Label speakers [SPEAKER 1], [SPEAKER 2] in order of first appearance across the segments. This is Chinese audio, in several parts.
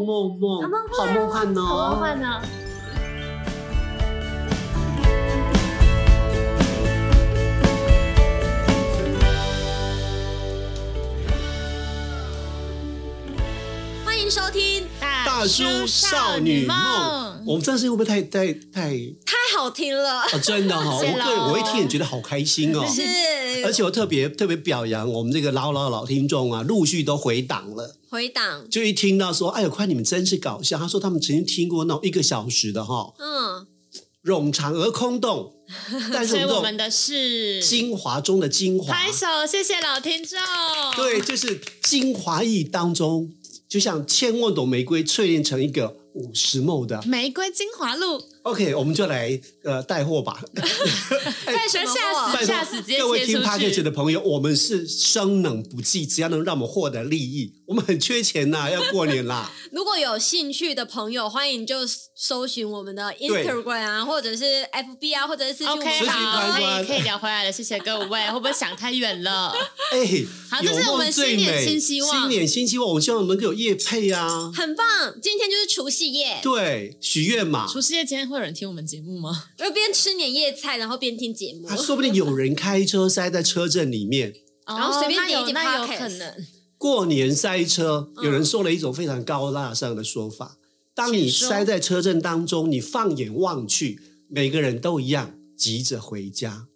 [SPEAKER 1] 好梦
[SPEAKER 2] 好梦幻哦！
[SPEAKER 1] 好梦幻呢。欢迎收听
[SPEAKER 2] 大叔少女梦，我们这样是会不会太太太
[SPEAKER 1] 太好听了，
[SPEAKER 2] 啊？真的哈、我
[SPEAKER 1] 谢喽
[SPEAKER 2] 个人我会听也觉得好开心哦。而
[SPEAKER 1] 是
[SPEAKER 2] 且我特别特别表扬我们这个老老老听众啊，陆续都回档了。
[SPEAKER 1] 回档，
[SPEAKER 2] 就一听到说，哎呦，快你们真是搞笑！他说他们曾经听过那种一个小时的哈、
[SPEAKER 1] 嗯，
[SPEAKER 2] 冗长而空洞，但是
[SPEAKER 3] 所以我
[SPEAKER 2] 我们这
[SPEAKER 3] 们
[SPEAKER 2] 种
[SPEAKER 3] 的是
[SPEAKER 2] 精华中的精华，
[SPEAKER 3] 拍手，谢谢老听众。
[SPEAKER 2] 对，就是精华液当中，就像千万朵玫瑰淬炼成一个五十 ml 的。
[SPEAKER 3] 玫瑰精华露，
[SPEAKER 2] OK，我们就来呃带货 吧。
[SPEAKER 3] 拜托吓
[SPEAKER 2] 拜
[SPEAKER 3] 死
[SPEAKER 2] 托
[SPEAKER 3] 吓死，直接
[SPEAKER 2] 各位听 p o d c a
[SPEAKER 3] 切
[SPEAKER 2] s
[SPEAKER 3] 出
[SPEAKER 2] 的
[SPEAKER 3] 去。
[SPEAKER 2] 朋友，我们是生冷不忌，只要能让我们获得利益，我们很缺钱呐、要过年 啦。
[SPEAKER 1] 如果有兴趣的朋友，欢迎就搜寻我们的 Instagram 啊，或者是 FB 啊，或者是私讯我
[SPEAKER 3] OK，
[SPEAKER 1] 们
[SPEAKER 2] 随行
[SPEAKER 3] 好，
[SPEAKER 2] 关
[SPEAKER 3] 可
[SPEAKER 2] 关
[SPEAKER 3] 以可以聊回来了，谢谢各位。会不会想太远了？
[SPEAKER 2] 哎、
[SPEAKER 3] 好
[SPEAKER 2] 有
[SPEAKER 3] 这是我们
[SPEAKER 2] 梦最
[SPEAKER 3] 新年
[SPEAKER 2] 美
[SPEAKER 3] 新希望
[SPEAKER 2] 新年新希望，我希望能够有业配啊，
[SPEAKER 1] 很棒。今天就是除夕夜，
[SPEAKER 2] 对，许愿 嘛。
[SPEAKER 3] 除夕夜今天会有人听我们节目吗？
[SPEAKER 1] 就边吃年夜菜，然后边听节目
[SPEAKER 2] 啊，，说不定有人开车塞在车阵里面，
[SPEAKER 3] 然
[SPEAKER 1] 然后随便
[SPEAKER 3] 哦那
[SPEAKER 1] 点一
[SPEAKER 3] 有
[SPEAKER 1] 点
[SPEAKER 3] 那有
[SPEAKER 1] podcast，
[SPEAKER 3] 可能。
[SPEAKER 2] 过年塞车，
[SPEAKER 1] 嗯
[SPEAKER 2] 有人说了一种非常高大上的说法：当你
[SPEAKER 3] 请说
[SPEAKER 2] 塞在车阵当中，你放眼望去，每个人都一样急着回家。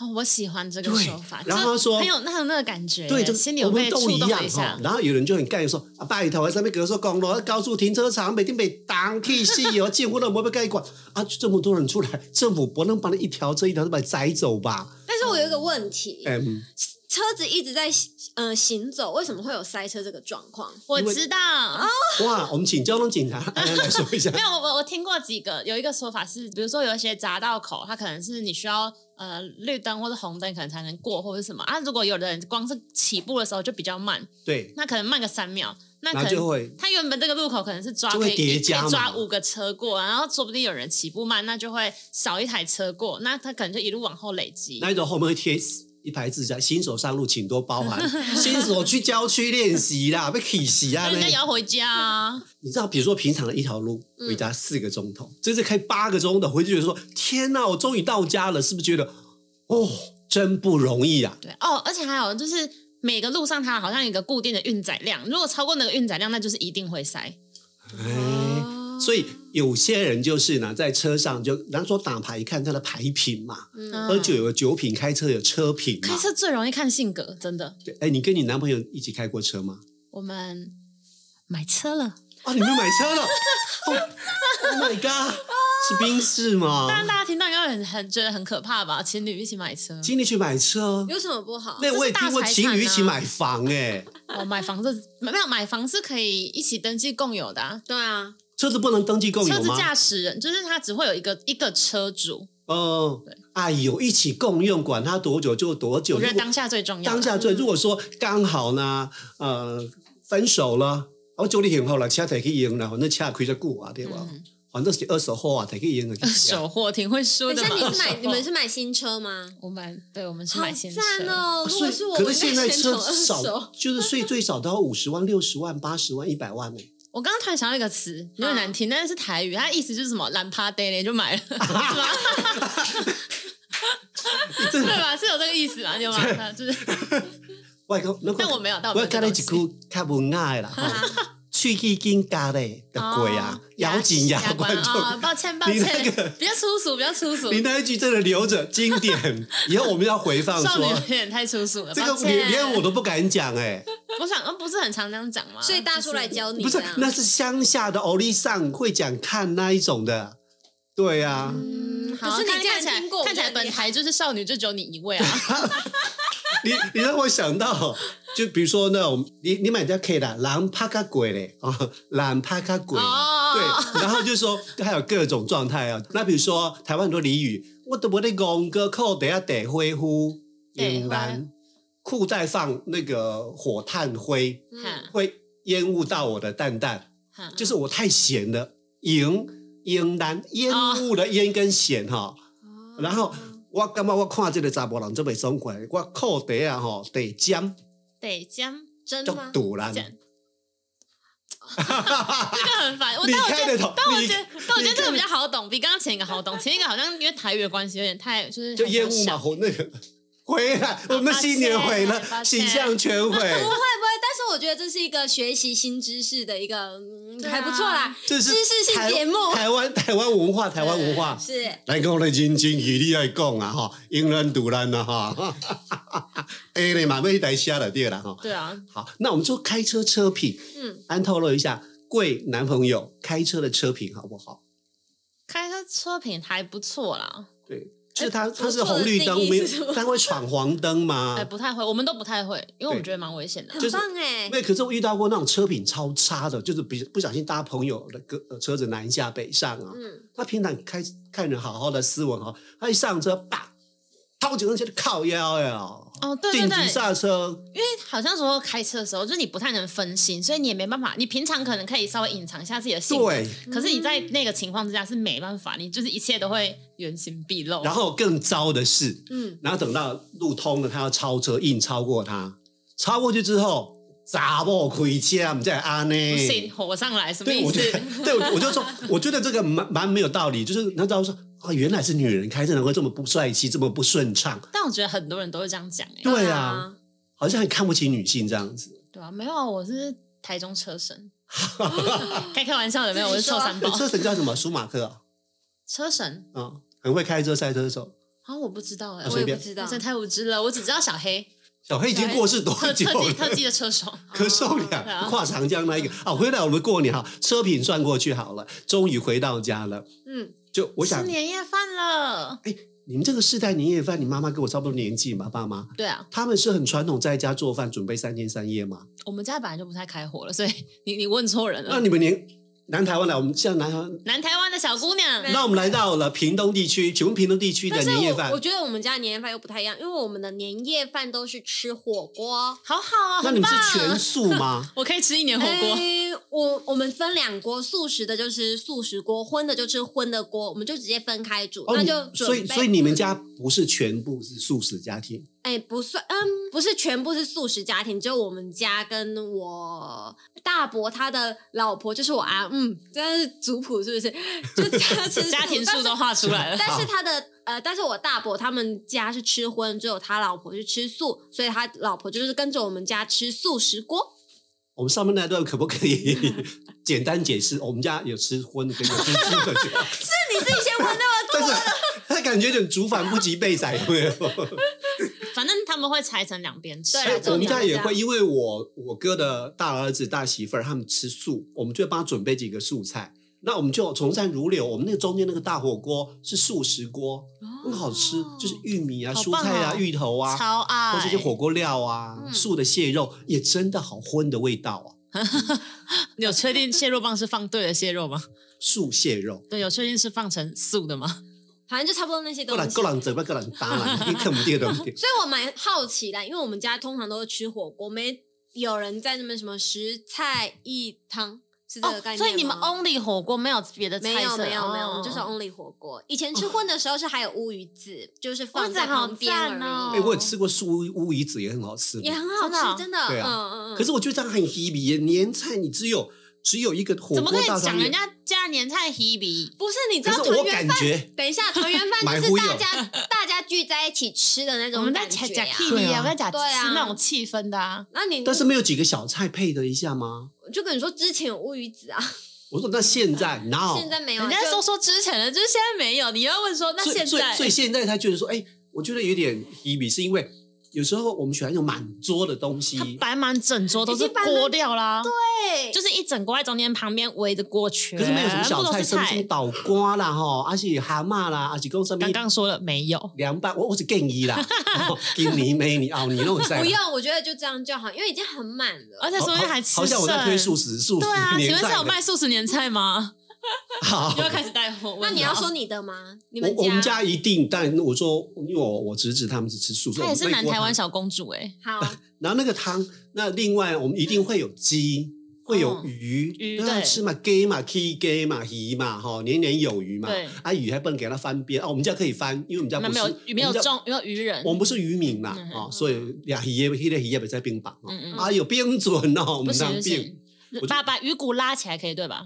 [SPEAKER 3] 哦，我喜欢这个
[SPEAKER 2] 对
[SPEAKER 3] 说法，
[SPEAKER 2] 然后
[SPEAKER 3] 就
[SPEAKER 2] 他说
[SPEAKER 3] 很有那有那个感觉耶，
[SPEAKER 2] 对，就
[SPEAKER 3] 心里
[SPEAKER 2] 我
[SPEAKER 3] 有
[SPEAKER 2] 们
[SPEAKER 3] 被
[SPEAKER 2] 都
[SPEAKER 3] 触
[SPEAKER 2] 一
[SPEAKER 3] 动了
[SPEAKER 2] 样
[SPEAKER 3] 一
[SPEAKER 2] 哈
[SPEAKER 3] 下。。
[SPEAKER 2] 然后有人就很干说：“啊，拜托，上面隔说公路高速停车场，每天被当替戏哦，见过了没被盖管啊？这么多人出来， 政府不能把那一条这一条都把它摘走 吧？
[SPEAKER 1] 但是我有一个问题，
[SPEAKER 2] 嗯，
[SPEAKER 1] 车子一直在呃行走，为什么会有塞车这个状况？
[SPEAKER 3] 我
[SPEAKER 2] 因为
[SPEAKER 3] 知道，哦
[SPEAKER 2] 哇，我们请交通警察安安来说一下
[SPEAKER 3] 没。有，我我听过几个，有一个说法是，比如说有一些匝道口，它可能是你需要呃绿灯或者红灯，可能才能过或者什么啊。如果有的人光是起步的时候就比较慢，
[SPEAKER 2] 对，
[SPEAKER 3] 那可能慢个三秒，那
[SPEAKER 2] 然
[SPEAKER 3] 可
[SPEAKER 2] 后就
[SPEAKER 3] 能
[SPEAKER 2] 会
[SPEAKER 3] 他原本这个路口可能是抓
[SPEAKER 2] 就
[SPEAKER 3] 可
[SPEAKER 2] 会
[SPEAKER 3] 以
[SPEAKER 2] 叠
[SPEAKER 3] 可以
[SPEAKER 2] 加嘛
[SPEAKER 3] 抓五个车过，然后说不定有人起步慢，那就会少一台车过，那他可能就一路往后累积。
[SPEAKER 2] 那一种后面会贴一排字叫“新手上路，请多包 涵”，新手去郊区练习啦，被体习啊
[SPEAKER 3] 那人家也
[SPEAKER 2] 那。
[SPEAKER 3] 要回家啊，
[SPEAKER 2] 你知道，比如说平常的一条路
[SPEAKER 1] 嗯
[SPEAKER 2] 回家四个钟
[SPEAKER 3] 嗯
[SPEAKER 2] 头，这次开八个钟头，回去觉得说：“天哪，我终于到家了！”是不是觉得哦，真不容易啊？
[SPEAKER 3] 对哦，而且还有就是每个路上它好像有一个固定的运载量，如果超过那个运载量，那就是一定会塞。
[SPEAKER 2] 哎，
[SPEAKER 3] 哦
[SPEAKER 2] 所以有些人就是呢，在车上就，然后说打牌，一看他的牌品嘛，
[SPEAKER 1] 嗯
[SPEAKER 3] 嗯
[SPEAKER 2] 喝酒有酒品，开车有车品
[SPEAKER 3] 开
[SPEAKER 2] 嘛。
[SPEAKER 3] 车最容易看性格，真的。
[SPEAKER 2] 对哎，你跟你男朋友一起开过车吗？
[SPEAKER 3] 我们买车了，
[SPEAKER 2] 啊，你们买车了哦！Oh my god，是宾士吗？
[SPEAKER 3] 当然大家听到应该很很觉得很可怕吧？情侣一起买车，
[SPEAKER 2] 请你去买车，
[SPEAKER 1] 有什么不好？
[SPEAKER 2] 那我也听过情侣一起买房哎、
[SPEAKER 3] 哦，买房子没有买房是可以一起登记共有的、啊，
[SPEAKER 1] 对啊，
[SPEAKER 2] 车子不能登记共
[SPEAKER 3] 车
[SPEAKER 2] 有
[SPEAKER 3] 子
[SPEAKER 2] 吗？
[SPEAKER 3] 驾驶人就是他只会有一个一个车主，
[SPEAKER 2] 哦，哎呦，一起共用，管它多久就多久。
[SPEAKER 3] 我觉
[SPEAKER 2] 如
[SPEAKER 3] 得
[SPEAKER 2] 果
[SPEAKER 3] 当下最重要。
[SPEAKER 2] 当下最，如果说刚好呢，呃，分手了，我九点以后了，车才可以用了，反正车也开得久啊，对吧？反正是二手货啊，才可以用的。
[SPEAKER 3] 手货挺会说
[SPEAKER 1] 等一
[SPEAKER 3] 的
[SPEAKER 1] 下你
[SPEAKER 3] 嘛。
[SPEAKER 1] 是 买你们
[SPEAKER 3] 手货
[SPEAKER 1] 是买新车吗？
[SPEAKER 3] 我买，对，我们是
[SPEAKER 1] 好
[SPEAKER 3] 买新车。
[SPEAKER 1] 赞哦！如
[SPEAKER 2] 啊所
[SPEAKER 1] 果
[SPEAKER 2] 以
[SPEAKER 1] 是我，
[SPEAKER 2] 可
[SPEAKER 1] 我
[SPEAKER 2] 是
[SPEAKER 1] 应该
[SPEAKER 2] 现在
[SPEAKER 1] 先
[SPEAKER 2] 车
[SPEAKER 1] 从二手
[SPEAKER 2] 少，就是税最少都要五十万、六十万、八十万、一百万呢、
[SPEAKER 3] 我刚刚突然想到一个词，有点难听，但是是台语，它意思就是什么“懒趴 d a 就 买了，是吧？
[SPEAKER 2] 这
[SPEAKER 3] 对吧？是有这个意思吧？对吗？就是
[SPEAKER 2] 我讲，那
[SPEAKER 3] 但我没有但我
[SPEAKER 2] 我
[SPEAKER 3] 没
[SPEAKER 2] 要
[SPEAKER 3] 有
[SPEAKER 2] 讲你一
[SPEAKER 3] 这
[SPEAKER 2] 句
[SPEAKER 3] 个东
[SPEAKER 2] 较无雅的 啦，吼喙齿紧加嘞，的贵啊，咬紧牙关
[SPEAKER 3] 哦
[SPEAKER 2] 就。
[SPEAKER 3] 抱歉抱
[SPEAKER 2] 你那个
[SPEAKER 3] 歉，比较粗俗，比较粗俗。
[SPEAKER 2] 你那一句真的留着经 典，以后我们要回放
[SPEAKER 3] 少女有
[SPEAKER 2] 说
[SPEAKER 3] 点太粗俗了，
[SPEAKER 2] 这个
[SPEAKER 3] 抱
[SPEAKER 2] 连
[SPEAKER 3] 歉
[SPEAKER 2] 连我都不敢讲哎、
[SPEAKER 3] 我想，呃不是很常这样讲吗？
[SPEAKER 1] 所以大叔来
[SPEAKER 3] 就是
[SPEAKER 1] 教你
[SPEAKER 2] 不是
[SPEAKER 1] 这样，
[SPEAKER 2] 那是乡下的欧丽上会讲看那一种的，对啊，
[SPEAKER 1] 嗯，
[SPEAKER 3] 好
[SPEAKER 1] 可是你
[SPEAKER 3] 看
[SPEAKER 1] 这样
[SPEAKER 3] 看起来
[SPEAKER 1] 听过，
[SPEAKER 3] 看起来
[SPEAKER 1] 我觉得
[SPEAKER 3] 本
[SPEAKER 1] 你
[SPEAKER 3] 台就是少女，就只有你一位啊。
[SPEAKER 2] 你你 让我想到，就比如说那种你你买家 K 啦，狼怕个鬼嘞啊，狼怕个鬼啦，
[SPEAKER 3] 哦
[SPEAKER 2] 对，然后就说还有各种状态啊，那比如说台湾很多俚语，我都不得讲个扣，等下得灰呼，引燃裤带放那个火炭灰，
[SPEAKER 1] 嗯
[SPEAKER 2] 会烟雾到我的蛋蛋，
[SPEAKER 3] 哈哈
[SPEAKER 2] 就是我太咸了，引引燃烟雾的烟跟咸哈、然后我感觉我看这个查甫人这么爽快，我裤底啊吼，得尖
[SPEAKER 3] 得将
[SPEAKER 1] 真
[SPEAKER 2] 就
[SPEAKER 1] 吗？
[SPEAKER 2] 堵然，
[SPEAKER 3] 真这个很烦。我
[SPEAKER 2] 你
[SPEAKER 3] 但我觉
[SPEAKER 2] 开
[SPEAKER 3] 得
[SPEAKER 2] 的，头，
[SPEAKER 3] 但我
[SPEAKER 2] 你
[SPEAKER 3] 觉得，但我觉
[SPEAKER 2] 你
[SPEAKER 3] 得这个
[SPEAKER 2] 看
[SPEAKER 3] 比较好懂，比刚刚前一个好懂。前一个好像因为台语的关系有点太就是
[SPEAKER 2] 就
[SPEAKER 3] 很
[SPEAKER 2] 烟雾嘛，
[SPEAKER 3] 小
[SPEAKER 2] 我那个回来，我们的
[SPEAKER 3] 抱
[SPEAKER 2] 新年
[SPEAKER 3] 歉
[SPEAKER 2] 毁
[SPEAKER 3] 啊抱
[SPEAKER 2] 了，
[SPEAKER 3] 歉
[SPEAKER 2] 形象全毁，
[SPEAKER 1] 不会不会，但是我觉得这是一个学习新知识的一个、嗯
[SPEAKER 3] 对啊
[SPEAKER 1] 还不错啦，
[SPEAKER 2] 这
[SPEAKER 1] 知
[SPEAKER 2] 是
[SPEAKER 1] 识性
[SPEAKER 2] 台
[SPEAKER 1] 节目
[SPEAKER 2] 台湾台湾文化，台湾文 化。
[SPEAKER 1] 是。
[SPEAKER 2] 来讲咧，真真毅力来讲啊，吼，英人独人啊，哈， 哎咧，嘛要去台下了对啦，吼。
[SPEAKER 3] 对啊，
[SPEAKER 2] 好，那我们就开车车品，
[SPEAKER 1] 嗯，
[SPEAKER 2] 安透露一下，贵男朋友开车的车品好不好？
[SPEAKER 3] 开车车品还不错啦，
[SPEAKER 2] 对，就是他他
[SPEAKER 1] 不
[SPEAKER 2] 是
[SPEAKER 1] 错
[SPEAKER 2] 红
[SPEAKER 1] 哎的
[SPEAKER 2] 绿
[SPEAKER 1] 定
[SPEAKER 2] 灯，
[SPEAKER 1] 义
[SPEAKER 2] 没
[SPEAKER 1] 是什
[SPEAKER 2] 有，
[SPEAKER 1] 么
[SPEAKER 2] 他会闯黄灯
[SPEAKER 3] 哎、
[SPEAKER 2] 吗？
[SPEAKER 3] 不太会，我们都不太会，因为我们觉得蛮危险的。
[SPEAKER 2] 就
[SPEAKER 1] 很
[SPEAKER 2] 是
[SPEAKER 1] 棒哎、
[SPEAKER 2] 对，可是我遇到过那种车品超差的，就是比不小心搭朋友的个呃车子南下北上啊，
[SPEAKER 1] 嗯，
[SPEAKER 2] 他平常开看人好好的斯文哈，他一上车叭，掏几根就靠腰呀，
[SPEAKER 3] 哦，对对
[SPEAKER 2] 紧急
[SPEAKER 3] 对，
[SPEAKER 2] 刹车，
[SPEAKER 3] 因为好像说开车的时候，就是你不太能分心，所以你也没办法。你平常可能可以稍微隐藏一下自己的性格，
[SPEAKER 2] 对，
[SPEAKER 3] 可是你在那个情况之下是没办法，你就是一切都会原形毕露。
[SPEAKER 2] 然后更糟的是，
[SPEAKER 1] 嗯，
[SPEAKER 2] 然后等到路通了，他要超车，硬超过他，超过去之后，砸爆亏欠，再安啊呢？
[SPEAKER 3] 不行，火上来什么
[SPEAKER 2] 哎对，
[SPEAKER 3] 意
[SPEAKER 2] 我
[SPEAKER 3] 思
[SPEAKER 2] 就？ 对，我我就说，我觉得这个蛮蛮没有道理，就是那道说啊，原来是女人开车能会这么不帅气，这么不顺畅，
[SPEAKER 3] 但我觉得很多人都是这样讲、欸，
[SPEAKER 2] 对啊，好像很看不起女性这样子。
[SPEAKER 3] 对啊，没有啊，我是台中车 神，开开玩笑的没有，我是臭三
[SPEAKER 2] 对
[SPEAKER 3] 宝
[SPEAKER 2] 哎车神叫什么？舒马克啊，
[SPEAKER 3] 车神
[SPEAKER 2] 嗯很会开车，赛车手。
[SPEAKER 3] 啊，我不知道哎、
[SPEAKER 2] 啊
[SPEAKER 1] 我
[SPEAKER 3] 我
[SPEAKER 2] 随
[SPEAKER 1] 也
[SPEAKER 2] 便
[SPEAKER 1] 不知
[SPEAKER 3] 知
[SPEAKER 1] 道
[SPEAKER 3] 道，，真的太无知了，我只知道小黑
[SPEAKER 2] 小黑已经过世多
[SPEAKER 3] 特
[SPEAKER 2] 久
[SPEAKER 3] 哦特技特
[SPEAKER 2] 了？
[SPEAKER 3] 技的车手，
[SPEAKER 2] 柯受良
[SPEAKER 3] 啊
[SPEAKER 2] 跨长江那一个啊，回来我们过年哈，车品转过去好了，终于回到家了。
[SPEAKER 1] 嗯，
[SPEAKER 2] 就我
[SPEAKER 3] 吃
[SPEAKER 2] 想，
[SPEAKER 3] 年夜饭了，
[SPEAKER 2] 你们这个世代年夜饭，你妈妈跟我差不多年纪嘛，爸妈
[SPEAKER 3] 对啊，
[SPEAKER 2] 他们是很传统，在家做饭准备三天三夜嘛。
[SPEAKER 3] 我们家本来就不太开火了，所以你你问错人
[SPEAKER 2] 那
[SPEAKER 3] 了。
[SPEAKER 1] 嗯
[SPEAKER 2] 你们年南台湾来，我们像南台湾，
[SPEAKER 3] 南台湾的小姑娘，
[SPEAKER 2] 那我们来到了屏东地区，请问屏东地区的
[SPEAKER 1] 但是
[SPEAKER 2] 年夜
[SPEAKER 1] 我我
[SPEAKER 2] 饭，
[SPEAKER 1] 觉得我们家年夜饭又不太一样，因为我们的年夜饭都是吃火锅。
[SPEAKER 3] 好好啊，
[SPEAKER 2] 那
[SPEAKER 3] 很
[SPEAKER 2] 你们
[SPEAKER 3] 棒。
[SPEAKER 2] 是全 素吗？
[SPEAKER 3] 我可以吃一年火锅，
[SPEAKER 1] 哎我我们分两锅，素食的就吃素食锅，荤的就吃荤的锅，我们就直接分开煮，
[SPEAKER 2] 哦，
[SPEAKER 1] 那
[SPEAKER 2] 你
[SPEAKER 1] 就准
[SPEAKER 2] 所以
[SPEAKER 1] 备嗯
[SPEAKER 2] 所以你们家不是全部是素食家庭，
[SPEAKER 1] 哎，不算，嗯，不是全部是素食家庭，只有我们家跟我大伯他的老婆，就是我啊，嗯，这样是族谱是不是？就 他吃素
[SPEAKER 3] 家庭树都画出来了。
[SPEAKER 1] 但是他的呃，但是我大伯他们家是吃荤，只有他老婆是吃素，所以他老婆就是跟着我们家吃素食锅。
[SPEAKER 2] 我们上面那段可不可以 简单解释？我们家有吃荤跟有吃素的，
[SPEAKER 1] 你自己先问那么
[SPEAKER 2] 但是他感觉有点竹反不及被宰，有没有？
[SPEAKER 3] 反正他们会裁成两边吃
[SPEAKER 1] 对。啊
[SPEAKER 2] 我
[SPEAKER 1] 重
[SPEAKER 2] 们
[SPEAKER 1] 点
[SPEAKER 2] 家
[SPEAKER 1] 是这
[SPEAKER 2] 也
[SPEAKER 1] 样
[SPEAKER 2] 会，因为我我哥的大儿子、大媳妇儿他们吃素，我们就会帮他准备几个素菜。那我们就从善如流，我们那个中间那个大火锅是素食锅，很好吃，就是玉米啊、
[SPEAKER 3] 好
[SPEAKER 2] 蔬
[SPEAKER 3] 棒
[SPEAKER 2] 菜啊、
[SPEAKER 3] 哦
[SPEAKER 2] 芋头啊，
[SPEAKER 3] 超爱，
[SPEAKER 2] 或这些火锅料啊、素的蟹肉，也真的好荤的味道啊，
[SPEAKER 3] 有确定蟹肉棒是放对的蟹 肉吗？
[SPEAKER 2] 素蟹肉。
[SPEAKER 3] 对，有确定是放成素的吗？
[SPEAKER 1] 反正就差不多那些
[SPEAKER 2] 个
[SPEAKER 1] 东
[SPEAKER 2] 人
[SPEAKER 1] 西
[SPEAKER 2] 个。人怎么个人当然，你肯定的。
[SPEAKER 1] 所以我蛮好奇的，因为我们家通常都是吃火锅，没有人在那边什么十菜一汤是这个概念吗、
[SPEAKER 3] 哦所以你们 only 火锅没有别的菜
[SPEAKER 1] 没有
[SPEAKER 3] 色，
[SPEAKER 1] 没有没有，我
[SPEAKER 3] 哦
[SPEAKER 1] 们就是 only 火锅。以前吃荤的时候是还有乌鱼子，就是
[SPEAKER 3] 哇
[SPEAKER 1] 放
[SPEAKER 3] 这
[SPEAKER 1] 在
[SPEAKER 3] 好
[SPEAKER 1] 旁边
[SPEAKER 3] 赞
[SPEAKER 1] 而
[SPEAKER 2] 哎、
[SPEAKER 1] 已，
[SPEAKER 3] 哦
[SPEAKER 2] 我有吃过素乌鱼子，也很好吃。
[SPEAKER 1] 也很好
[SPEAKER 3] 真的哦
[SPEAKER 1] 吃，真的。
[SPEAKER 2] 对啊
[SPEAKER 1] 嗯嗯嗯。
[SPEAKER 2] 可是我觉得这样很 hebe 耶，年菜你只有只有一个火
[SPEAKER 3] 怎么
[SPEAKER 2] 锅
[SPEAKER 3] 可以
[SPEAKER 2] 大
[SPEAKER 3] 讲
[SPEAKER 2] 上
[SPEAKER 3] 人
[SPEAKER 2] 面，
[SPEAKER 3] 家家年菜 Hebe？
[SPEAKER 1] 不是你知
[SPEAKER 2] 可
[SPEAKER 1] 道
[SPEAKER 2] 是我
[SPEAKER 1] 团圆
[SPEAKER 2] 感
[SPEAKER 1] 饭？
[SPEAKER 2] 觉
[SPEAKER 1] 等一下，团圆
[SPEAKER 2] 买
[SPEAKER 1] 饭就
[SPEAKER 2] 忽
[SPEAKER 1] 是
[SPEAKER 2] 悠
[SPEAKER 1] 大家大家聚在一起吃的那
[SPEAKER 3] 我
[SPEAKER 1] 种
[SPEAKER 3] 们在
[SPEAKER 1] 感
[SPEAKER 3] 讲
[SPEAKER 1] 觉
[SPEAKER 3] 讲
[SPEAKER 1] 啊。
[SPEAKER 2] 对
[SPEAKER 3] Hebe
[SPEAKER 2] 啊
[SPEAKER 3] 啊，我在讲吃
[SPEAKER 1] 对啊
[SPEAKER 3] 那种气氛的啊。
[SPEAKER 1] 那你
[SPEAKER 2] 但是没有几个小菜配得一下吗？
[SPEAKER 1] 我就跟你说，之前有乌鱼子啊，
[SPEAKER 2] 我说那现在 now，
[SPEAKER 1] 现在没有啊。
[SPEAKER 3] 人家
[SPEAKER 1] 就
[SPEAKER 3] 说说之前的，就是现在没有。你要问说，那
[SPEAKER 2] 所以
[SPEAKER 3] 现
[SPEAKER 2] 所以
[SPEAKER 3] 在
[SPEAKER 2] 所以现在他觉得说，哎、我觉得有点 hebe，是因为有时候我们喜欢用满桌的东
[SPEAKER 3] 它
[SPEAKER 2] 西，
[SPEAKER 3] 摆满整桌都
[SPEAKER 1] 已
[SPEAKER 3] 是
[SPEAKER 1] 经摆满
[SPEAKER 3] 锅料啦，
[SPEAKER 1] 对，
[SPEAKER 3] 就是一整锅在中间，旁边围着锅圈，
[SPEAKER 2] 可是没有什么小
[SPEAKER 3] 全部都
[SPEAKER 2] 菜，
[SPEAKER 3] 是
[SPEAKER 2] 什么什么
[SPEAKER 3] 菜。
[SPEAKER 2] 倒瓜啦吼，而且蛤蟆啦，啊而且讲什么
[SPEAKER 3] 刚刚说了没有，
[SPEAKER 2] 凉拌，我我是建 议啦，哦今年美你哦，你弄在
[SPEAKER 1] 不。用，我觉得就这样就好，因为已经很满了。
[SPEAKER 3] 而且
[SPEAKER 2] 好
[SPEAKER 3] 说不定还吃
[SPEAKER 2] 好好像我在推素
[SPEAKER 3] 剩。
[SPEAKER 2] 食素食
[SPEAKER 3] 对啊，请
[SPEAKER 2] 年
[SPEAKER 3] 问
[SPEAKER 2] 菜
[SPEAKER 3] 是有
[SPEAKER 2] 的。
[SPEAKER 3] 卖素食年菜吗？
[SPEAKER 2] 好
[SPEAKER 3] 又，要开始带货？
[SPEAKER 1] 那你要
[SPEAKER 3] 问
[SPEAKER 1] 说你的吗？你
[SPEAKER 2] 我我们
[SPEAKER 1] 们
[SPEAKER 2] 家一定，但我说，因为我我侄子他们是吃素，所以
[SPEAKER 3] 她
[SPEAKER 2] 我
[SPEAKER 3] 也
[SPEAKER 2] 们
[SPEAKER 3] 是
[SPEAKER 2] 那一
[SPEAKER 3] 南
[SPEAKER 2] 锅
[SPEAKER 3] 台湾
[SPEAKER 2] 汤
[SPEAKER 3] 小公主哎、
[SPEAKER 1] 好，啊
[SPEAKER 2] 然后那个汤，那另外我们一定会有鸡，会有鱼，
[SPEAKER 3] 嗯鱼
[SPEAKER 2] 那要
[SPEAKER 3] 对
[SPEAKER 2] 吃嘛，鸡嘛，K 鸡嘛，鱼嘛，哈，年年有余嘛
[SPEAKER 3] 对。
[SPEAKER 2] 啊，鱼还不能给它翻边啊，我们家可以翻，因为我们家
[SPEAKER 3] 那
[SPEAKER 2] 不
[SPEAKER 3] 没
[SPEAKER 2] 是
[SPEAKER 3] 有没有
[SPEAKER 2] 我们家
[SPEAKER 3] 中没有渔人
[SPEAKER 2] 我，们不是渔民嘛，哦
[SPEAKER 3] 嗯
[SPEAKER 2] 啊，所以俩鱼也，那个鱼也不在冰榜
[SPEAKER 3] 嗯嗯
[SPEAKER 2] 啊，啊有冰准哦，我
[SPEAKER 3] 不
[SPEAKER 2] 们
[SPEAKER 3] 行
[SPEAKER 2] 当
[SPEAKER 3] 不
[SPEAKER 2] 冰。
[SPEAKER 3] 行，
[SPEAKER 2] 我
[SPEAKER 3] 把把鱼骨拉起来可以对吧？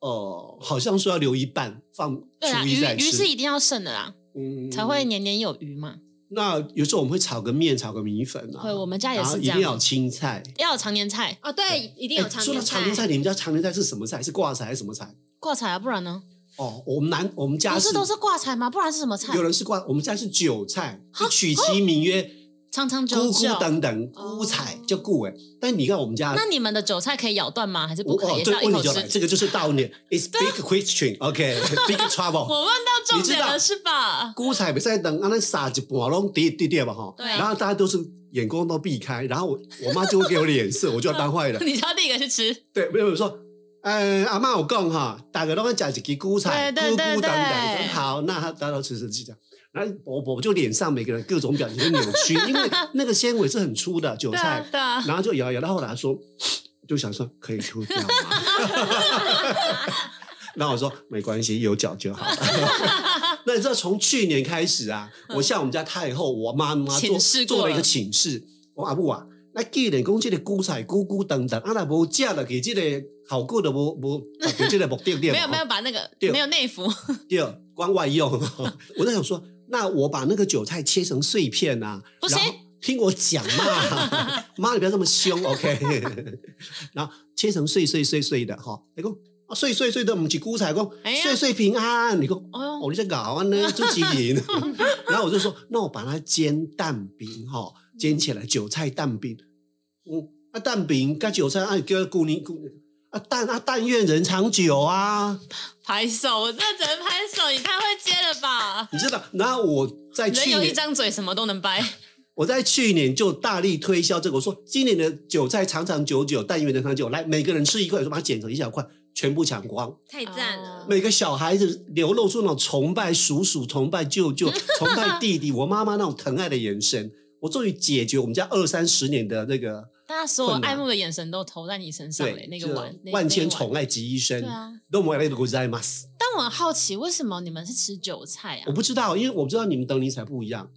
[SPEAKER 2] 哦、好像说要留一半放
[SPEAKER 3] 对啊，
[SPEAKER 2] 初一
[SPEAKER 3] 鱼
[SPEAKER 2] 再
[SPEAKER 3] 鱼是
[SPEAKER 2] 吃，
[SPEAKER 3] 一定要剩的啦，
[SPEAKER 2] 嗯
[SPEAKER 3] 才会。年年有余嘛。
[SPEAKER 2] 那有时候我们会炒个面，炒个米粉啊，
[SPEAKER 3] 会，我们家也
[SPEAKER 2] 然后
[SPEAKER 3] 是
[SPEAKER 2] 一
[SPEAKER 3] 这样
[SPEAKER 2] 定，要有青菜。
[SPEAKER 3] 要有常年菜
[SPEAKER 1] 哦，对，一定有常
[SPEAKER 2] 哎说到
[SPEAKER 1] 年
[SPEAKER 2] 常
[SPEAKER 1] 菜。
[SPEAKER 2] 年菜，你们家常年菜是什么菜？是挂菜还是什么菜？
[SPEAKER 3] 挂菜啊，不然呢？
[SPEAKER 2] 哦，我们南我们家
[SPEAKER 3] 不是都是挂菜吗？不然是什么菜
[SPEAKER 2] 有？人是挂，我们家是韭菜，就取其名曰
[SPEAKER 3] 长长久
[SPEAKER 2] 姑姑
[SPEAKER 3] 久。
[SPEAKER 2] 等等姑菜叫姑哎。但你看我们家，
[SPEAKER 3] 那你们的韭菜可以咬断吗？还是
[SPEAKER 2] 我
[SPEAKER 3] 不可以？
[SPEAKER 2] 哦
[SPEAKER 3] 也是
[SPEAKER 2] 对
[SPEAKER 3] 要，一
[SPEAKER 2] 问
[SPEAKER 3] 口
[SPEAKER 2] 你就来，
[SPEAKER 3] 吃？
[SPEAKER 2] 这个就是到 你 It's big question，OK，big trouble。
[SPEAKER 3] 我问到重点
[SPEAKER 2] 你知道
[SPEAKER 3] 了是吧？
[SPEAKER 2] 姑菜不在等，啊，那撒一半拢滴滴滴吧哈。
[SPEAKER 3] 对
[SPEAKER 2] 然后大家都是眼光都避开，然后我我妈就会给我脸色，我就要当坏人。
[SPEAKER 3] 你知道第一个是吃，
[SPEAKER 2] 对，没有人说，呃，阿妈有讲哈，大家都会讲一支韭菜，
[SPEAKER 3] 对
[SPEAKER 2] 菇
[SPEAKER 3] 对
[SPEAKER 2] 菇等
[SPEAKER 3] 对
[SPEAKER 2] 等
[SPEAKER 3] 对。
[SPEAKER 2] 好，那他大家都吃吃吃这样。然后我我就脸上每个人各种表情都扭曲，因为那个纤维是很粗的韭
[SPEAKER 3] 对
[SPEAKER 2] 菜
[SPEAKER 3] 啊，对啊，
[SPEAKER 2] 然后就摇摇到后来说，就想说可以吐掉吗？ 然后我说没关系，有脚就好了。 那你知道从去年开始啊，我向我们家太后我妈妈做
[SPEAKER 3] 嗯请示过
[SPEAKER 2] 做了一
[SPEAKER 3] 了
[SPEAKER 2] 个请示，我阿母啊，那既然讲这个韭菜咕咕等等，啊那无食了，给这个效果都无无达到这个目的对
[SPEAKER 3] 没有
[SPEAKER 2] 嘛
[SPEAKER 3] 没有把那个
[SPEAKER 2] 对
[SPEAKER 3] 没有内服，
[SPEAKER 2] 第二，光外用。 我在想说，那我把那个韭菜切成碎片啊，
[SPEAKER 3] 不行
[SPEAKER 2] 然后听我讲 嘛，妈，你不要这么凶，OK？然后切成碎碎碎碎的哈，你讲啊碎碎碎的，我们去菇菜讲
[SPEAKER 3] 哎呀
[SPEAKER 2] 碎碎平安，你讲
[SPEAKER 3] 哎呦
[SPEAKER 2] 哦，你在搞啊 呢，朱麒麟。然后我就说，那我把它煎蛋饼哈，煎起来韭菜蛋饼，嗯，啊蛋饼跟韭菜啊，叫姑娘姑啊蛋啊但愿人长久啊。
[SPEAKER 3] 拍手，我这只能拍手，你太会接了吧？
[SPEAKER 2] 你知道，然后我在
[SPEAKER 3] 人
[SPEAKER 2] 去
[SPEAKER 3] 有一
[SPEAKER 2] 年，
[SPEAKER 3] 张嘴，什么都能掰。
[SPEAKER 2] 我在去年就大力推销这个，我说今年的韭菜长长久久，但愿人长久，来每个人吃一块，我说把它剪成一小块，全部抢光，
[SPEAKER 1] 太赞了
[SPEAKER 3] 哦！
[SPEAKER 2] 每个小孩子流露出那种崇拜叔叔、崇拜舅 舅、崇拜弟弟，我妈妈那种疼爱的眼神，我终于解决我们家二三十年的那个
[SPEAKER 3] 大家所有
[SPEAKER 2] 困难
[SPEAKER 3] 爱慕的眼神都投在你身上
[SPEAKER 2] 对，
[SPEAKER 3] 嘞那个碗
[SPEAKER 2] 就，
[SPEAKER 3] 那
[SPEAKER 2] 万千。
[SPEAKER 3] 那一
[SPEAKER 2] 宠
[SPEAKER 3] 碗
[SPEAKER 2] 爱集一身
[SPEAKER 3] 对。啊，
[SPEAKER 2] 都没来ございます。
[SPEAKER 3] 但我很好奇，为什么你们是吃韭菜
[SPEAKER 2] 我
[SPEAKER 3] 啊？
[SPEAKER 2] 不知道，因为我不知道你们等尼采不一样。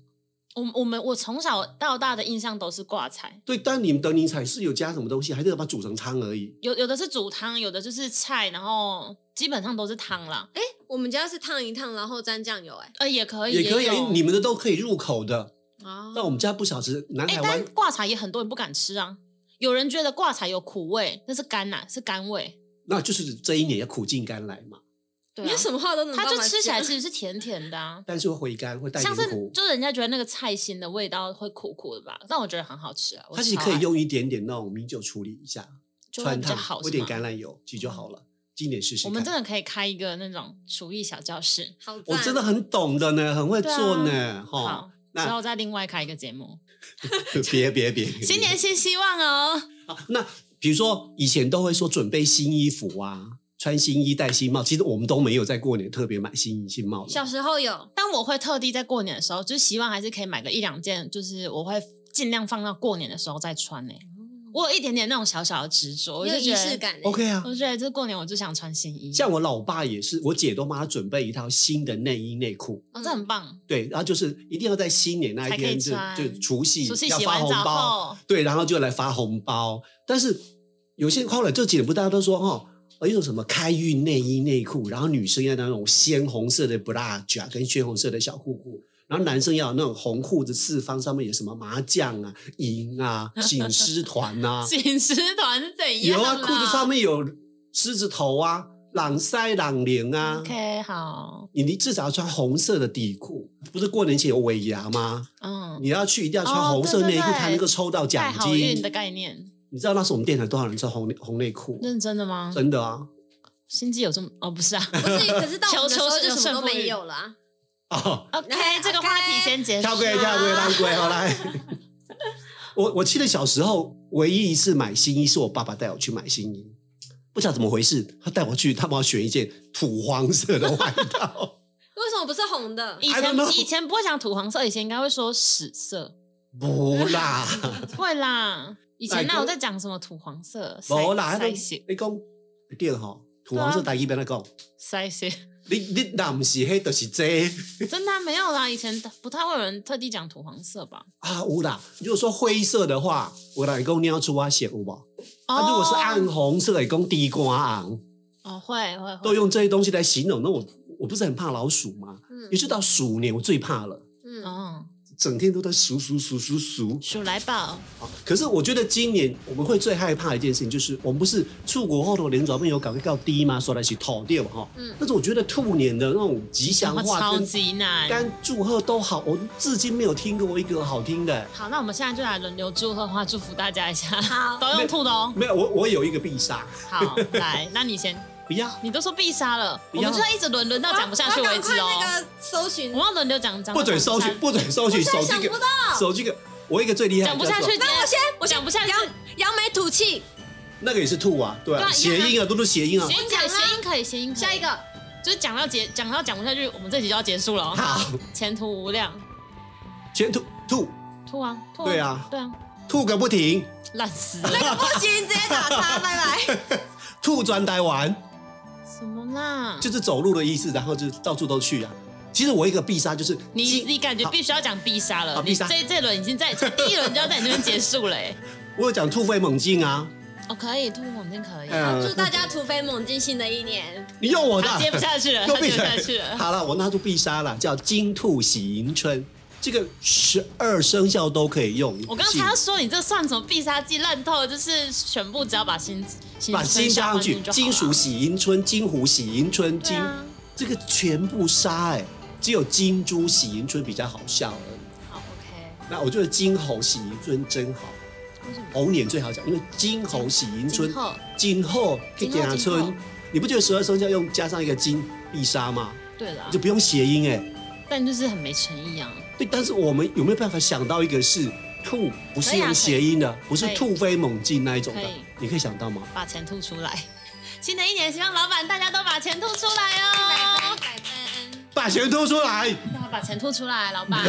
[SPEAKER 3] 我我们我从小到大的印象都是挂菜，
[SPEAKER 2] 对，但你们等尼采是有加什么东西，还是把它煮成汤而已。
[SPEAKER 3] 有有的是煮汤，有的就是菜，然后基本上都是汤啦。
[SPEAKER 1] 我们家是烫一烫，然后沾酱油，哎，
[SPEAKER 3] 呃，也可以，
[SPEAKER 2] 也可以啊，
[SPEAKER 3] 有
[SPEAKER 2] 你们的都可以入口的。
[SPEAKER 3] 哦
[SPEAKER 1] 啊
[SPEAKER 2] 但我们家不少吃南
[SPEAKER 3] 哎、
[SPEAKER 2] 海湾
[SPEAKER 3] 但挂茶也很多人不敢吃啊。有人觉得挂茶有苦味，那是甘呐、是甘味。
[SPEAKER 2] 那就是这一年要苦尽甘来嘛，
[SPEAKER 3] 对、
[SPEAKER 1] 你
[SPEAKER 3] 啊，
[SPEAKER 1] 什么话都能帮
[SPEAKER 3] 它
[SPEAKER 1] 忙讲，
[SPEAKER 3] 就吃起来其实是甜甜的啊。
[SPEAKER 2] 但是会回甘，会带点
[SPEAKER 3] 像是
[SPEAKER 2] 苦。
[SPEAKER 3] 就人家觉得那个菜心的味道会苦苦的吧，但我觉得很好吃啊。我
[SPEAKER 2] 它其实
[SPEAKER 3] 超
[SPEAKER 2] 可以
[SPEAKER 3] 爱
[SPEAKER 2] 用一点点那种米酒处理一下，
[SPEAKER 3] 就会
[SPEAKER 2] 穿
[SPEAKER 3] 比较
[SPEAKER 2] 烫，
[SPEAKER 3] 好，
[SPEAKER 2] 泼
[SPEAKER 3] 是
[SPEAKER 2] 点
[SPEAKER 3] 吗？
[SPEAKER 2] 橄榄油，其实就好了。今年试试看。
[SPEAKER 3] 我们真的可以开一个那种厨艺小教室，
[SPEAKER 1] 好赞，
[SPEAKER 2] 我真的很懂的呢，很会做
[SPEAKER 3] 对啊
[SPEAKER 2] 呢，哈
[SPEAKER 3] 好。，
[SPEAKER 2] 哦那
[SPEAKER 3] 之后再另外开一个节目。
[SPEAKER 2] 别别别，别
[SPEAKER 3] 新年新希望哦，
[SPEAKER 2] 啊那比如说以前都会说准备新衣服啊，穿新衣戴新帽，其实我们都没有在过年特别买新衣新帽的。
[SPEAKER 1] 小时候有，
[SPEAKER 3] 但我会特地在过年的时候，就是希望还是可以买个一两件，就是我会尽量放到过年的时候再穿呢、
[SPEAKER 2] 哦
[SPEAKER 3] 我有一点点那种小小的执着，我
[SPEAKER 1] 有
[SPEAKER 3] 就觉
[SPEAKER 1] 仪
[SPEAKER 3] 得
[SPEAKER 1] 式。感哎
[SPEAKER 2] OK 啊，
[SPEAKER 3] 我觉得这过年我就想穿新衣，
[SPEAKER 2] 像我老爸也是，我姐都帮他准备一套新的内衣内裤。
[SPEAKER 3] 哦
[SPEAKER 1] 嗯
[SPEAKER 3] 这很棒。
[SPEAKER 2] 对，然后就是一定要在新年那一
[SPEAKER 3] 才可以
[SPEAKER 2] 天就
[SPEAKER 3] 穿
[SPEAKER 2] 就除夕
[SPEAKER 3] 除夕
[SPEAKER 2] 要
[SPEAKER 3] 洗
[SPEAKER 2] 发
[SPEAKER 3] 完
[SPEAKER 2] 红
[SPEAKER 3] 澡
[SPEAKER 2] 包，
[SPEAKER 3] 后，
[SPEAKER 2] 对，然后就来发红包。但是有些后来这几年不大家都说哦，有一种什么开运内衣内裤，然后女生要那种鲜红色的 bra 跟鲜红色的小裤裤，然后男生要有那种红裤子四方上面有什么麻将啊、银 啊、醒狮团啊，
[SPEAKER 3] 紧实团是怎样
[SPEAKER 2] 有
[SPEAKER 3] 啦？
[SPEAKER 2] 啊，裤子上面有狮子头啊、朗腮、朗铃啊。
[SPEAKER 3] OK，好，
[SPEAKER 2] 你你至少要穿红色的底裤，不是过年前有尾牙吗？
[SPEAKER 3] 嗯，
[SPEAKER 2] 你要去一定要穿红色内裤
[SPEAKER 3] 哦对对对
[SPEAKER 2] 才能够抽到
[SPEAKER 3] 带
[SPEAKER 2] 奖
[SPEAKER 3] 好运
[SPEAKER 2] 金
[SPEAKER 3] 的。概念，
[SPEAKER 2] 你知道那时候我们电台多少人穿红内红内裤？
[SPEAKER 3] 认真的吗？
[SPEAKER 2] 真的啊！
[SPEAKER 3] 心机有这么哦？不 是啊。
[SPEAKER 1] 不是，可是到我们的 时候
[SPEAKER 3] 求
[SPEAKER 1] 就什么
[SPEAKER 3] 求
[SPEAKER 1] 都
[SPEAKER 3] 胜负欲
[SPEAKER 1] 没有了啊。
[SPEAKER 2] 哦，
[SPEAKER 1] OK，
[SPEAKER 3] OK，这个话题先结束。啊
[SPEAKER 2] 跳过跳过当归，好来。 我我记得小时候唯一一次买新衣是我爸爸带我去买新衣，不知道怎么回事，他带我去，他帮我选一件土黄色的外 套，
[SPEAKER 1] 为什么不是红的？
[SPEAKER 3] 以
[SPEAKER 2] I don't know
[SPEAKER 3] 前以前不会讲土黄色，以前应该会说屎色，
[SPEAKER 2] 不啦，
[SPEAKER 3] 会啦。以前
[SPEAKER 2] 哪
[SPEAKER 3] 那
[SPEAKER 2] 个
[SPEAKER 3] 我在讲什么土黄色，
[SPEAKER 2] 不啦，
[SPEAKER 3] 塞
[SPEAKER 2] 那
[SPEAKER 3] 血
[SPEAKER 2] 你讲对吼，土黄色
[SPEAKER 3] 对啊
[SPEAKER 2] 大一边来讲，
[SPEAKER 3] 塞血，
[SPEAKER 2] 你你那不是黑就是这個。
[SPEAKER 3] 真的啊没有啦。以前不太会有人特地讲土黄色吧？
[SPEAKER 2] 啊，有啦。如果说灰色的话，我老公你要出啊，写有无？那、如果是暗红色，也供低光昂，
[SPEAKER 3] 哦，会会
[SPEAKER 2] 都
[SPEAKER 3] 会，
[SPEAKER 2] 用这些东西来形容，那我我不是很怕老鼠吗？
[SPEAKER 1] 嗯
[SPEAKER 2] 也就到鼠年，我最怕了，
[SPEAKER 1] 嗯
[SPEAKER 3] 哦，
[SPEAKER 2] 整天都在数数数数数。
[SPEAKER 3] 鼠来宝，
[SPEAKER 2] 啊可是我觉得今年我们会最害怕的一件事情，就是我们不是出国后头连爪面有搞个告低吗？说来是讨掉哈。
[SPEAKER 1] 嗯
[SPEAKER 2] 但是我觉得兔年的那种吉祥
[SPEAKER 3] 我
[SPEAKER 2] 话
[SPEAKER 3] 超
[SPEAKER 2] 跟
[SPEAKER 3] 级难。
[SPEAKER 2] 干祝贺都好，我至今没有听过一个好听的。
[SPEAKER 3] 好，那我们现在就来轮流祝贺话，祝福大家一下，
[SPEAKER 1] 好
[SPEAKER 3] 都用吐的哦。
[SPEAKER 2] 没有，我我有一个必杀，
[SPEAKER 3] 好，来，那你先，
[SPEAKER 2] 不要。
[SPEAKER 3] 你都说必杀了，
[SPEAKER 2] 不
[SPEAKER 3] 我
[SPEAKER 2] 要
[SPEAKER 3] 们就要一直轮轮到讲不下去为止
[SPEAKER 1] 我要
[SPEAKER 3] 哦。
[SPEAKER 1] 赶快那个搜寻
[SPEAKER 3] 我们要轮流讲，讲
[SPEAKER 2] 不准收
[SPEAKER 3] 讲
[SPEAKER 2] 取，不准收取，
[SPEAKER 1] 我现
[SPEAKER 2] 手
[SPEAKER 1] 在
[SPEAKER 2] 机
[SPEAKER 1] 想
[SPEAKER 2] 给
[SPEAKER 1] 不，到，
[SPEAKER 2] 手机给，我一个最厉害的
[SPEAKER 3] 讲不下
[SPEAKER 2] 叫
[SPEAKER 3] 去
[SPEAKER 2] 做，
[SPEAKER 1] 那我先，我先
[SPEAKER 3] 讲不下去。
[SPEAKER 1] 扬扬眉吐气，
[SPEAKER 2] 那个也是兔啊，对
[SPEAKER 3] 对
[SPEAKER 2] 啊，
[SPEAKER 3] 啊
[SPEAKER 2] 谐音啊，都是谐音啊
[SPEAKER 3] 谐。音可以，谐音可以，谐音可以。
[SPEAKER 1] 下一，个
[SPEAKER 3] 就是讲到结，讲到讲不下去，我们这集就要结束了。哦。
[SPEAKER 2] 好，
[SPEAKER 3] 前途无量，
[SPEAKER 2] 先兔兔
[SPEAKER 3] 吐啊，吐
[SPEAKER 2] 对啊
[SPEAKER 3] 对啊，
[SPEAKER 2] 兔个不停，
[SPEAKER 3] 烂死了，
[SPEAKER 1] 那个不行，直接打叉，拜拜。
[SPEAKER 2] 兔转台湾，
[SPEAKER 3] 什么啦？
[SPEAKER 2] 就是走路的意思，然后就到处都去啊。其实我一个必杀就是
[SPEAKER 3] 你
[SPEAKER 2] 今
[SPEAKER 3] 你感觉
[SPEAKER 2] 好
[SPEAKER 3] 必须要讲必杀了，
[SPEAKER 2] 好
[SPEAKER 3] 你
[SPEAKER 2] 必杀
[SPEAKER 3] 这这轮已 经在这第一轮就要在你这边结束了哎。
[SPEAKER 2] 我有讲突飞猛进啊，
[SPEAKER 3] 哦，可以，吐猛进可以，
[SPEAKER 2] 嗯
[SPEAKER 1] 祝大家突飞猛进，新的一年。
[SPEAKER 2] 你 用我的
[SPEAKER 3] 他啊接不下去了，
[SPEAKER 2] 又
[SPEAKER 3] 他
[SPEAKER 2] 必
[SPEAKER 3] 接不
[SPEAKER 2] 杀
[SPEAKER 3] 下去了。
[SPEAKER 2] 好了，我拿出必杀了，叫金兔喜迎春，这个十二生肖都可以用。
[SPEAKER 3] 我刚才要说你这算什么必杀技，烂透了，就是全部只要把心心
[SPEAKER 2] 把金加上去，金属
[SPEAKER 3] 心
[SPEAKER 2] 喜迎春，金虎喜迎春，金、
[SPEAKER 3] 啊
[SPEAKER 2] 这个全部杀哎、只有金猪喜迎春比较好笑而已。
[SPEAKER 3] 好哦 OK，
[SPEAKER 2] 那我觉得金猴喜迎春真好，
[SPEAKER 3] 为什么？
[SPEAKER 2] 猴年最好讲，因为金猴喜迎春
[SPEAKER 3] 今，后
[SPEAKER 2] 金后可以
[SPEAKER 3] 金后
[SPEAKER 2] 加
[SPEAKER 3] 金后
[SPEAKER 2] 春，你不觉得十二生肖用加上一个金必杀吗？
[SPEAKER 3] 对啦
[SPEAKER 2] 就，不用谐音哎、
[SPEAKER 3] 但就是很没诚意啊。
[SPEAKER 2] 对，但是我们有没有办法想到一个是兔不
[SPEAKER 3] 可
[SPEAKER 2] 是
[SPEAKER 3] 以啊可
[SPEAKER 2] 用
[SPEAKER 3] 以
[SPEAKER 2] 谐音的，不是
[SPEAKER 3] 可以
[SPEAKER 2] 突飞猛进那一种的
[SPEAKER 3] 可以，
[SPEAKER 2] 你可以想到吗？
[SPEAKER 3] 把钱吐出来。 新的一年，希望老板大家都把钱吐出来哦！
[SPEAKER 1] 百分。
[SPEAKER 2] 把钱吐出来。
[SPEAKER 3] 大家把钱吐出来，老板。